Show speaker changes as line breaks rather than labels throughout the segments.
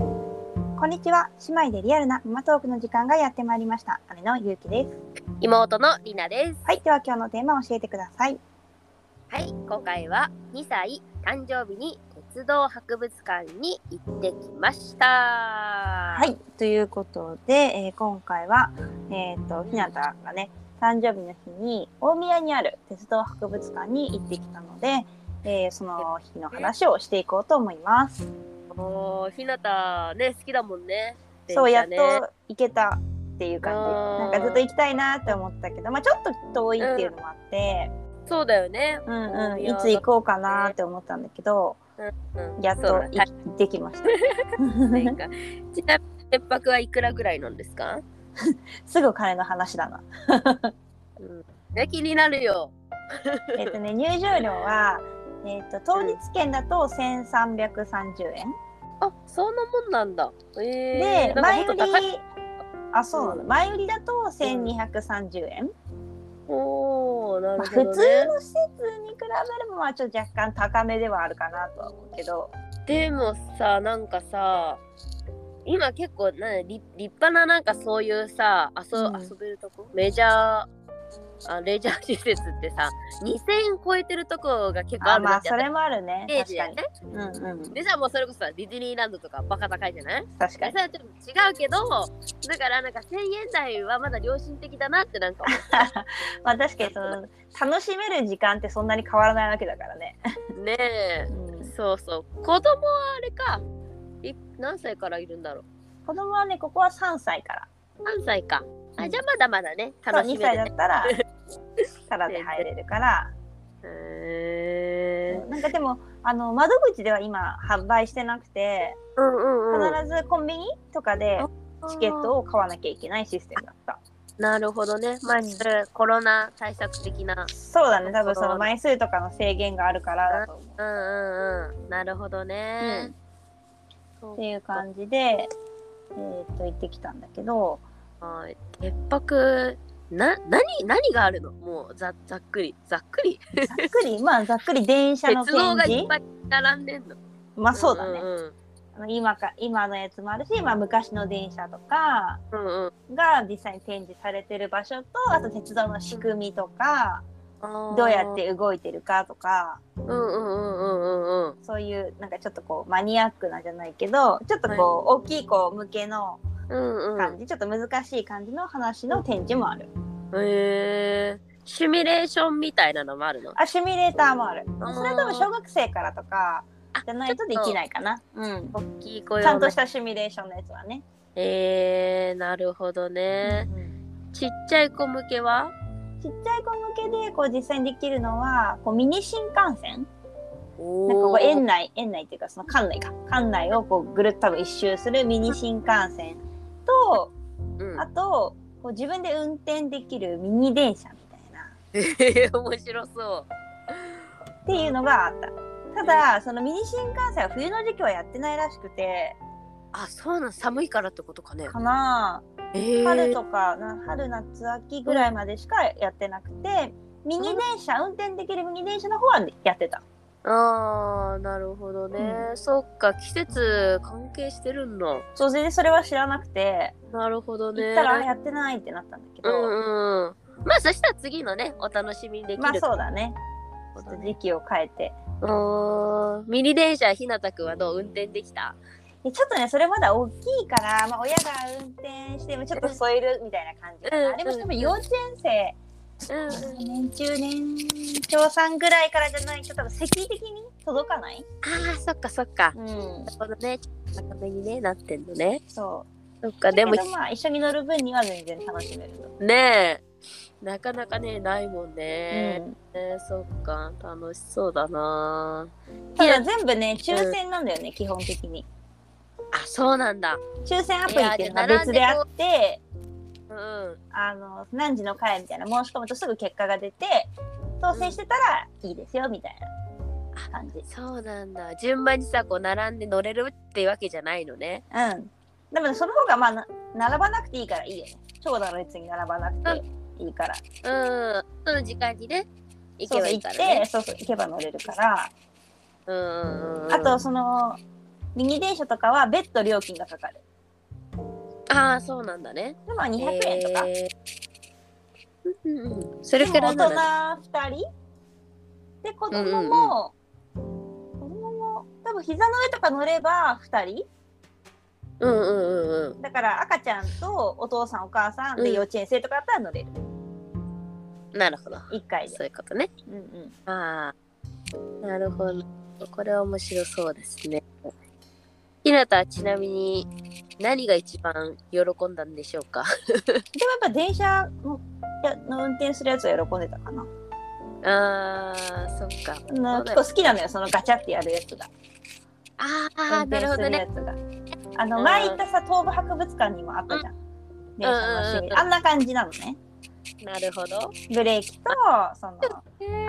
こんにちは姉妹でリアルなママトークの時間がやってまいりました姉のゆうきです
妹のりなです。
はいでは今日のテーマを教えてください
はい、今回は2歳誕生日に鉄道博物館に行ってきました。は
はい、ということで、えー今回は、えー、とひなたがね誕生日の日に大宮にある鉄道博物館に行ってきたので、えーその日の話をしていこうと思います。
もうひなたね好きだもんね。
そうやっと
電車ね
行けたっていう感じ
う
なん
ん
かずっと行きたいなって思ったけど、まあ、ちょっと遠いっていうのもあって、
そうだよね。
うんうん、
い
い
や
つ行こうかなって思ったんだけど
うん
やっと
そう
行
だ
き行ってきました
なんかちなみに鉄泊はいくらぐらいなんですか？
すぐ金の話 だな。
うん、ね気になるよ。
えっとね入場料は、えっと当日券だと1330円。
あそんなもんなんだ。え
で
ー、、なんか
前
もっ
売
と
り
高い。
あそうなの前売りだと1230円、
おおな
まあ、
る
普
ほ
通
ど、ね。
の施設に比べればまあちょっと若干高めではあるかなとは思うけど
でもさなんかさ今結構な立立派ななんかそういうさ遊,、
うん
遊べるとこメジャーあレジャー施設ってさ2000超えてるとこが結構あ
あ
るな
まあ
って
それもあるね
イメージ
確
だ
か
よ
に
ね。
うんうん
でさもうそれこそさディズニーランドとかバカ高いじゃない
確
そ
か
れ
に
はちょっと違うけどだからなんか1000円台はまだ良心的だなってなんか思
まあ確かにその楽しめる時間ってそんなに変わらないわけだからね、
うねえ
うん
そうそう子供はあれかい何歳からいるんだろう
子供はねここは3歳から
3歳か
う
あ
ん
じゃあまだまだね
そう
楽し
2
め
歳
る
だ
ね
ったらタダで入れるから
へー
なんかでもあの窓口では今販売してなくて
うんうんうん、
必ずコンビニとかでチケットを買わなきゃいけないシステムだった。
なるほどね、まあ、
うん
それコロナ対策的な
そうだね、多分その枚数とかの制限があるからだと思う。
うんうんうんなるほどね、そ
っていう感じで、えーっと、行ってきたんだけど、
うか鉄泊な何何があるのもうざざっくりざっくり
ざっく り、まあざっくり電車の
鉄
展
道がいっ
示
ぱい並んでんの
まあそうだね。
うん
あの今か、今のやつもあるし、まあ昔の電車とか
うんうんうん
が実際に展示されてる場所と、あと鉄道の仕組みとか、
あー
どうやって動いてるかとか、
うんうんうんうんうんうん
そういうなんかちょっとこうマニアックなんじゃないけど、ちょっとこう大きい子向けの
うんう
感
ん
じ、ちょっと難しい感じの話の展示もある
へえシミュレーションみたいなのもあるの
あシミュレーターもある
あー
それは多分小学生からとかじゃないとできないかな、うん、
大きい声
ちゃんとしたシミュレーションのやつはね、
えー、なるほどね。
うん
ちっちゃい子向けは
ちっちゃい子向けでこう実際にできるのはこうミニ新幹線
お
なんかこう園内園内っていうかその館内か館内をこうぐるっと多分一周するミニ新幹線と
うん
あとこう自分で運転できるミニ電車みたいな
面白そう。
っていうのがあった。ただそのミニ新幹線は冬の時期はやってないらしくて
あ、そうなん寒いからってことかね。
かな
え
あ
ー、
春とかな春夏秋ぐらいまでしかやってなくてミニ電車運転できるミニ電車の方はやってた
ああ、なるほどね。そっか、季節関係してるんだ。
そうそれでそれは知らなくて
なるほどね。
行ったらあやってないってなったんだけ
う
ど、
んうん。まあそしたら次のね、お楽しみにできる。
まあそうだねちょっと時
ね。
期を変えて
うーんミニ電車ひなたくんはどう運転できた？
でちょっとねそれまだ大きいから、まあ、親が運転してちょっと添えるみたいな感じかな、
うん
でも多分幼稚園生
う
年
ん
中年長さんぐらいからじゃないと多分席的に届かない、
ああ、そっかそっか。
うん
な、るほどね。高めにねなってんのね。
そう
そっかでも
だけどまあ一緒に乗る分には全然楽しめると、
ねえなかなかねないもんね。
うん
ねそっか楽しそうだな。
ただ全部ね抽選なんだよね、基本的に
あそうなんだ。
抽選アプリっていうのが別であって
うん。
あの何時の回みたいな申し込むとすぐ結果が出て当選してたらいいですよみたいな感じ
そうなんだ。順番にさこう並んで乗れるってわけじゃないのね。
うんでもねその方がまあな並ばなくていいからいいよね長蛇の列に並ばなくていいから
うん。その時間にね行けばいいから
そう
ね。
そう行ってそうそう行けば乗れるから、
うんうんうん。
あとそのミニ電車とかは別途料金がかかる
ああ、そうなんだね。
でまあ200円とか。
えーうんうんうんそれ
で
く
も大
らい
人
なら
2人で子供も、子供も多分膝の上とか乗れば2人
うんうんうんうん
だから赤ちゃんとお父さんお母さんで
うん
幼稚園生とかだったら乗れる、
なるほど
一1回で
そういうことね
うんうん
ああなるほどこれは面白そうですねひなたはちなみに何が一番喜んだんでしょうか
でもやっぱ電車のいやの運転するやつは喜んでたかな
あーそっか
あの結構好きなのよそのガチャってやるやつが
あ
運
あな
転
るほ
す
ど
る
ね
やつが、あの
うん
前行ったさ東武博物館にもあったじゃん、電車のシーン
うんうんうん
あんな感じなのね
なるほど
ブレーキとその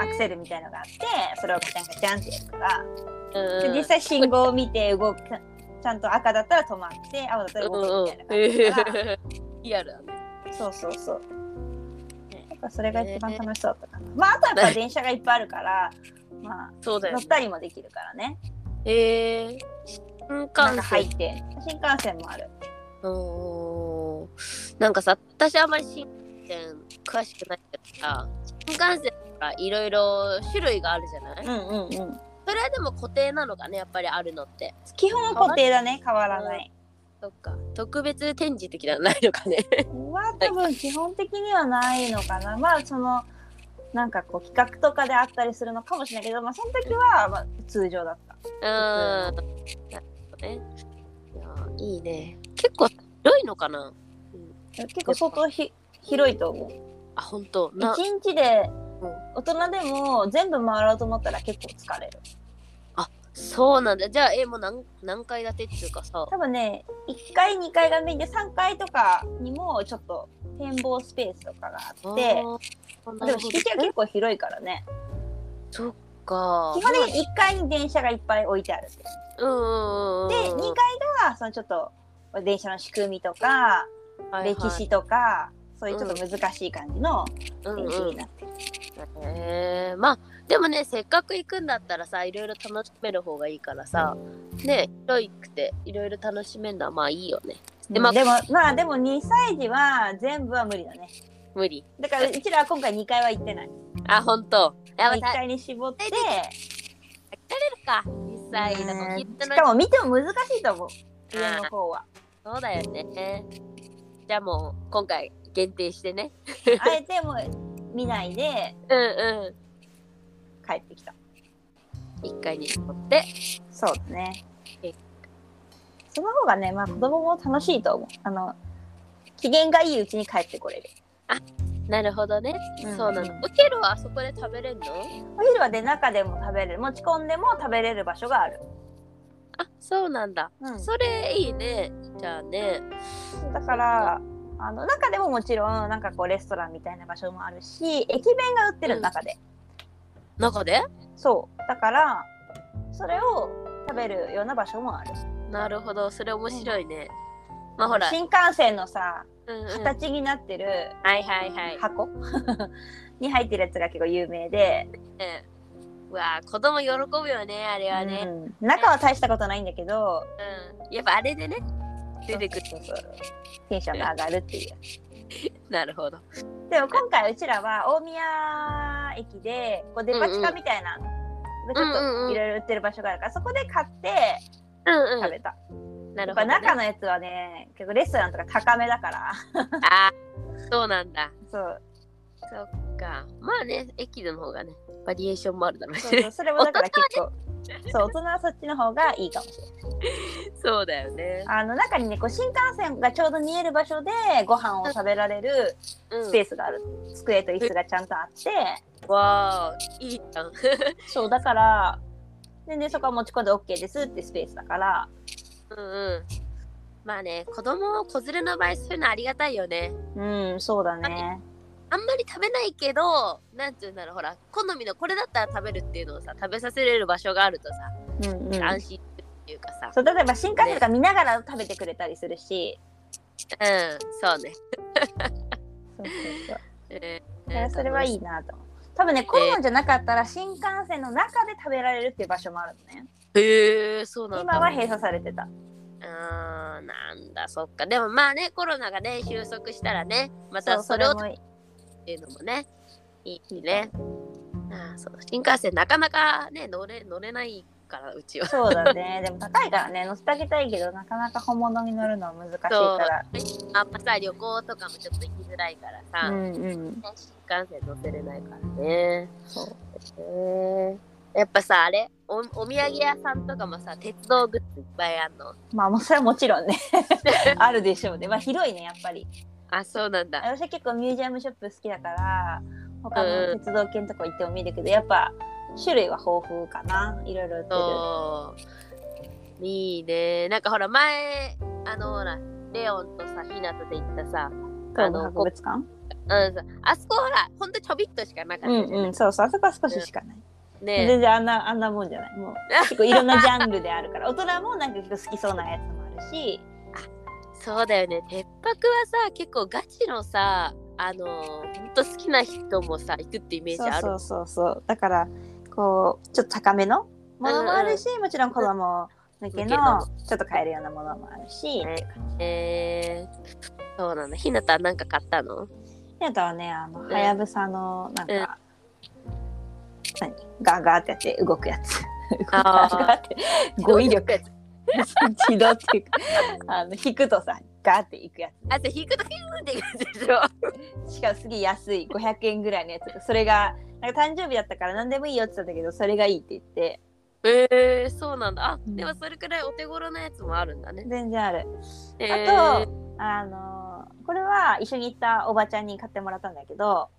アクセルみたいのがあってそれをガチャンガチャンってやるから
う
で
ん
実際信号を見て動くちゃんと赤だったら止まって青だったら動くみたいな感じだから、
リアルだね
そうそうそう
ね
やっぱそれが一番楽しそうだったかな、まああとはやっぱ電車がいっぱいあるからまあ
そうだよ
乗ったりもできるからね
へえ新
なん
幹
か
線
入って新幹線もある
おーなんかさ私あんまり新幹線詳しくないけどさ新幹線とかいろいろ種類があるじゃない、
うんうんうん
それはでも固定なのかねやっぱりあるのって
基本は固定だね変わらない
そっか特別展示的なのないの かね
は多分基本的にはないのかな、まあそのなんかこう企画とかであったりするのかもしれないけど、まあ、その時は、まあ、通常だった
うんなるほどねいやーいいね結構広いのかな
結構相当ひ広いと思う
あ本当な
一日で
うん
大人でも全部回ろうと思ったら結構疲れる
そうなんだじゃあえもう何何階建てっていうかさ
多分ね1階2階がメインで3階とかにもちょっと展望スペースとかがあって
あー
でも敷地は結構広いからね
そっか
基本的に1階に電車がいっぱい置いてあるって
うんうんうんうん
で2階がそのちょっと電車の仕組みとか
はいはい
歴史とかそういうちょっと難しい感じの
うん
展示
うん
になってる
へえまあでもねせっかく行くんだったらさいろいろ楽しめる方がいいからさね広くていろいろ楽しめるのはまあいいよねでまあ
でもまあでも2歳児は全部は無理だね
無理
だからうちらは今回2階は行ってない
あ本当やばい
1階に絞って
か実際だときっと
し
な
かも見ても難しいと思う上の方は
そうだよねじゃあもう今回限定してね
あえてもう見ないで
うんう
帰ってきた
ん一回に乗って
そうだね
え
その方がねまあ子供も楽しいと思うあの機嫌がいいうちに帰ってこれる
なるほどね、
うん
そうなのウケルはあそこで食べれんの
お昼はで中でも食べれる持ち込んでも食べれる場所がある、
あそうなんだ
うん
それいいねじゃあね
だからあの中でももちろんなんかこうレストランみたいな場所もあるし駅弁が売ってる
うん
の中で、
中で
そうだからそれを食べるような場所もある
なるほどそれ面白いね、まあほら、
新幹線のさ
うんうんはい
形になってる
はいはい、
箱、 に入ってるやつが結構有名で、
うん、うわあ子供喜ぶよねあれは
う
ね、
ん中は大したことないんだけど
うんやっぱあれでね出てくる
そうそうそうテンションが上がるっていうや
なるほど
つでも今回うちらは大宮駅でこうデパ地下みたいな、ちょっ
うんうん
と
うん
いろいろ売ってる場所があるからそこで買って
うん
食べた、
な
や
る
っ
ほ
ぱ
ど、ね、
中のやつはね結構レストランとか高めだから
あーそうなんだ
そう
そっかまあね駅での方がねバリエーションもあるだろうし
そうそうそれもだから結構そう大人はそっちの方がいいかもしれない
そうだよね
あの中にねこう新幹線がちょうど見える場所でご飯を食べられる
う
ス
ん
ペースがある、机と椅子がちゃんとあって
わあいいじゃん
そうだから全然そこは持ち込んで OK ですってスペースだから
うんうんまあね子供子連れの場合そういうのありがたいよね
うんそうだね
あんまり食べないけどなんていうんだろうほら好みのこれだったら食べるっていうのをさ食べさせれる場所があるとさ、
うんうん
安心っていうかさ
そう例えば新幹線とか見ながら食べてくれたりするし、
うんそうね、
そうそうそ う
え
だからそれはい
い
いなと思う多分ねコロナじゃなかったら新幹線の中で食べられるっていう場所もあるのね
へえそうなんだ
今は閉鎖されてた
うーんなんだそっかでもまあねコロナがね収束したらねま
そ
た
うそ
それ
れ
を
もいい
っていうのもねいいねああそう新幹線なかなかね乗れ乗れないからうちは
そうだね でも高いからね乗せてあげたいけどなかなか本物に乗るのは難しいか
あんまさ旅行とかもちょっと行きづらいから
ら
さ、
うんうん
新幹線乗せれないからね
そう
へえやっぱさあれおお土産屋さんとかもさ鉄道グッズいっぱいあんの
まあもうそれはもちろんね あるでしょうねまあ広いねやっぱり
あそうなんだ
私は結構ミュージアムショップ好きだから他の鉄道系のとこ行っても見るけどやっぱ種類は豊富かないろいろ売ってる
そういいねなんかほら前あのほらレオンとさひなとで行ったさあ
東武
の
博物館
うんさ、あそこほらほんとちょびっとしかなかった
う
じゃ
ん
ん、
うんそうそうあそこは少ししかない、
ね
全然あんなあんなもんじゃないもう結構いろんなジャンルであるから大人もなんか結構好きそうなやつもあるし
そうだよね鉄泊はさ結構ガチのさあのーほんと好きな人もさ行くってイメージ
そう
ある
そうそうそうだからこうちょっと高めのものもあるし、もちろん子供向けのちょっと買えるようなものもあるし、
ねえー、そうなんだひなたはなんか買ったの
あとはね、あの、
ん
はやぶさの、なん
うん
か、何ガーガーってやって動くやつ。ガ
あ ー
ーガーって、語彙力。自動っていうか、あの、引くとさ、ガーっていくや
あと引くとピューンっていくやつでしょ
つ。しかもすげえ安い、500円ぐらいのやつ。それが、なんか誕生日だったから何でもいいよって言ったんだけど、それがいいって言って、
えー、そうなんだあ、
うん
でもそれくらいお手頃なやつもあるんだね
全然ある。
え
あと、あの、これは一緒に行ったおばちゃんに買ってもらったんだけど、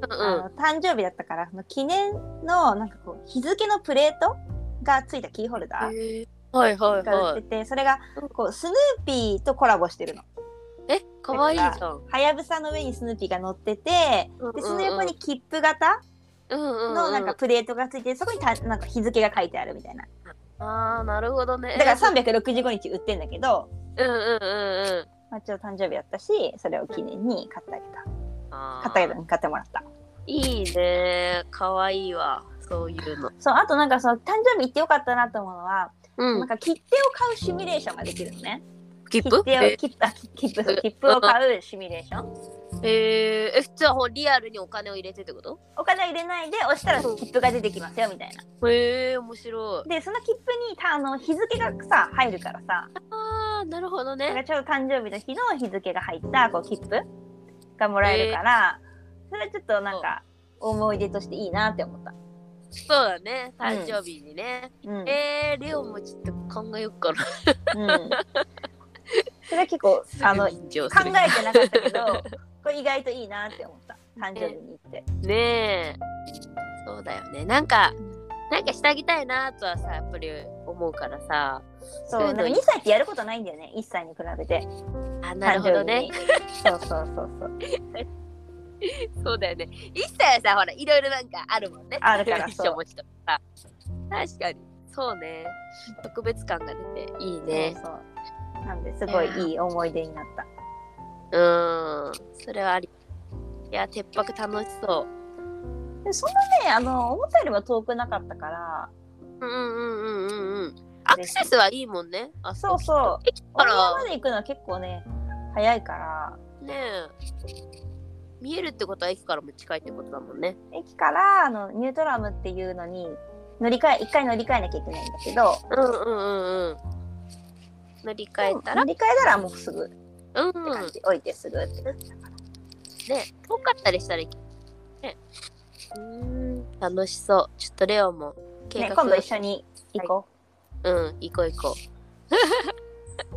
とうんうん
あの誕生日だったから、その記念の、なんかこう、日付のプレートがついたキーホルダー。
えーはいはい
が売
は
っ
い
ててそれがこうスヌーピーとコラボしてるの。
えかわいいじゃん
はやぶさの上にスヌーピーが乗っててでその横に切符型の
の
なんかプレートがついてそこにたなんか日付が書いてあるみたいな
ああなるほどね
だから365日売ってんだけど、
うんうんうんうん
まあ、ちょっと誕生日だったしそれを記念に買ってあげた
あー
買ってあげた買ってもらった
いいねかわいいわそういうの
そうあとなんかその誕生日行ってよかったなと思うのは、
う
なんか切手を買うシミュレーションができるのね
切
切
符
手を切あ切符切符を買うシミュレーション
えー、え普通はほんリアルにお金を入れてってこと
お金を入れないで押したら切符が出てきますよみたいな
へえー、面白い
でその切符にたあの日付がさ入るからさ
あーなるほど
なん
ね
かちょうど誕生日の日の日付が入ったこう切符がもらえるから、それはちょっとなんか思い出としていいなって思った。
そうだね誕生日にね、
うん
えー、レオンもちょっと考えよっかな
うんそれは結 構 あの考
緊張
えてなかったけどこれ意外といいなって思った誕生日に行って。
ねえそうだよねなんかなんかしてあげたいなとはさやっぱり思うからさ
そう
そうい
な
うんの
か2歳ってやることないんだよね1歳に比べて
あなる
誕
ほど
生日に。
ね
そうそうそうそう
そうだよね。一切さ、ほら、いろいろなんかあるもんね。
あるから
一緒も一緒さ。確かに。そうね。特別感が出ていいね。
そうそうなんですごいいい思い出になった。
うーん。それはあり。いや、鉄泊楽しそう。
でそんなねあの思ったよりも遠くなかったから
うんうんうんうんうんうん。アクセスはいいもんね。あ。
そうそう
駅か
沖縄
ら
まで行くのは結構ね早いから
ねえ。見えるってことは駅からも近いってことだもんね。
駅からあのニュートラムっていうのに乗り換え一回乗り換えなきゃいけないんだけど
うんうんうんうん。乗り換えたら、
乗
うん、
り換えたらもうすぐって
うん、
感じ、置いてすぐって感じだから
ね、遠かったりしたらいいね。うーん、楽しそう。ちょっとレオも計画、
ね、今度一緒に行こ
うん、行こう行こ
う。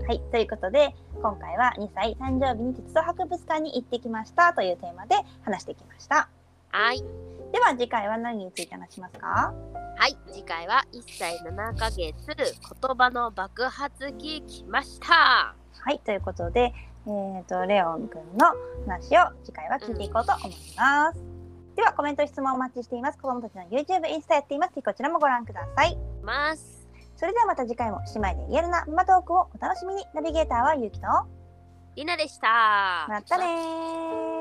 はい、ということで今回は2歳誕生日に鉄道博物館に行ってきましたというテーマで話してきました。
う。はい。
では次回は何について話しますか
はい、次回は1歳7ヶ月、言葉の爆発期来ました。
はい、ということで、えー、とレオンくんの話を次回は聞いていこうと思います。ではコメント質問お待ちしています。子供たちの YouTube、インスタやっています。ぜひこちらもご覧ください。
ます。
それではまた次回も姉妹でリアルなママトークをお楽しみに。ナビゲーターはゆうきと。
りなでした。
またねー。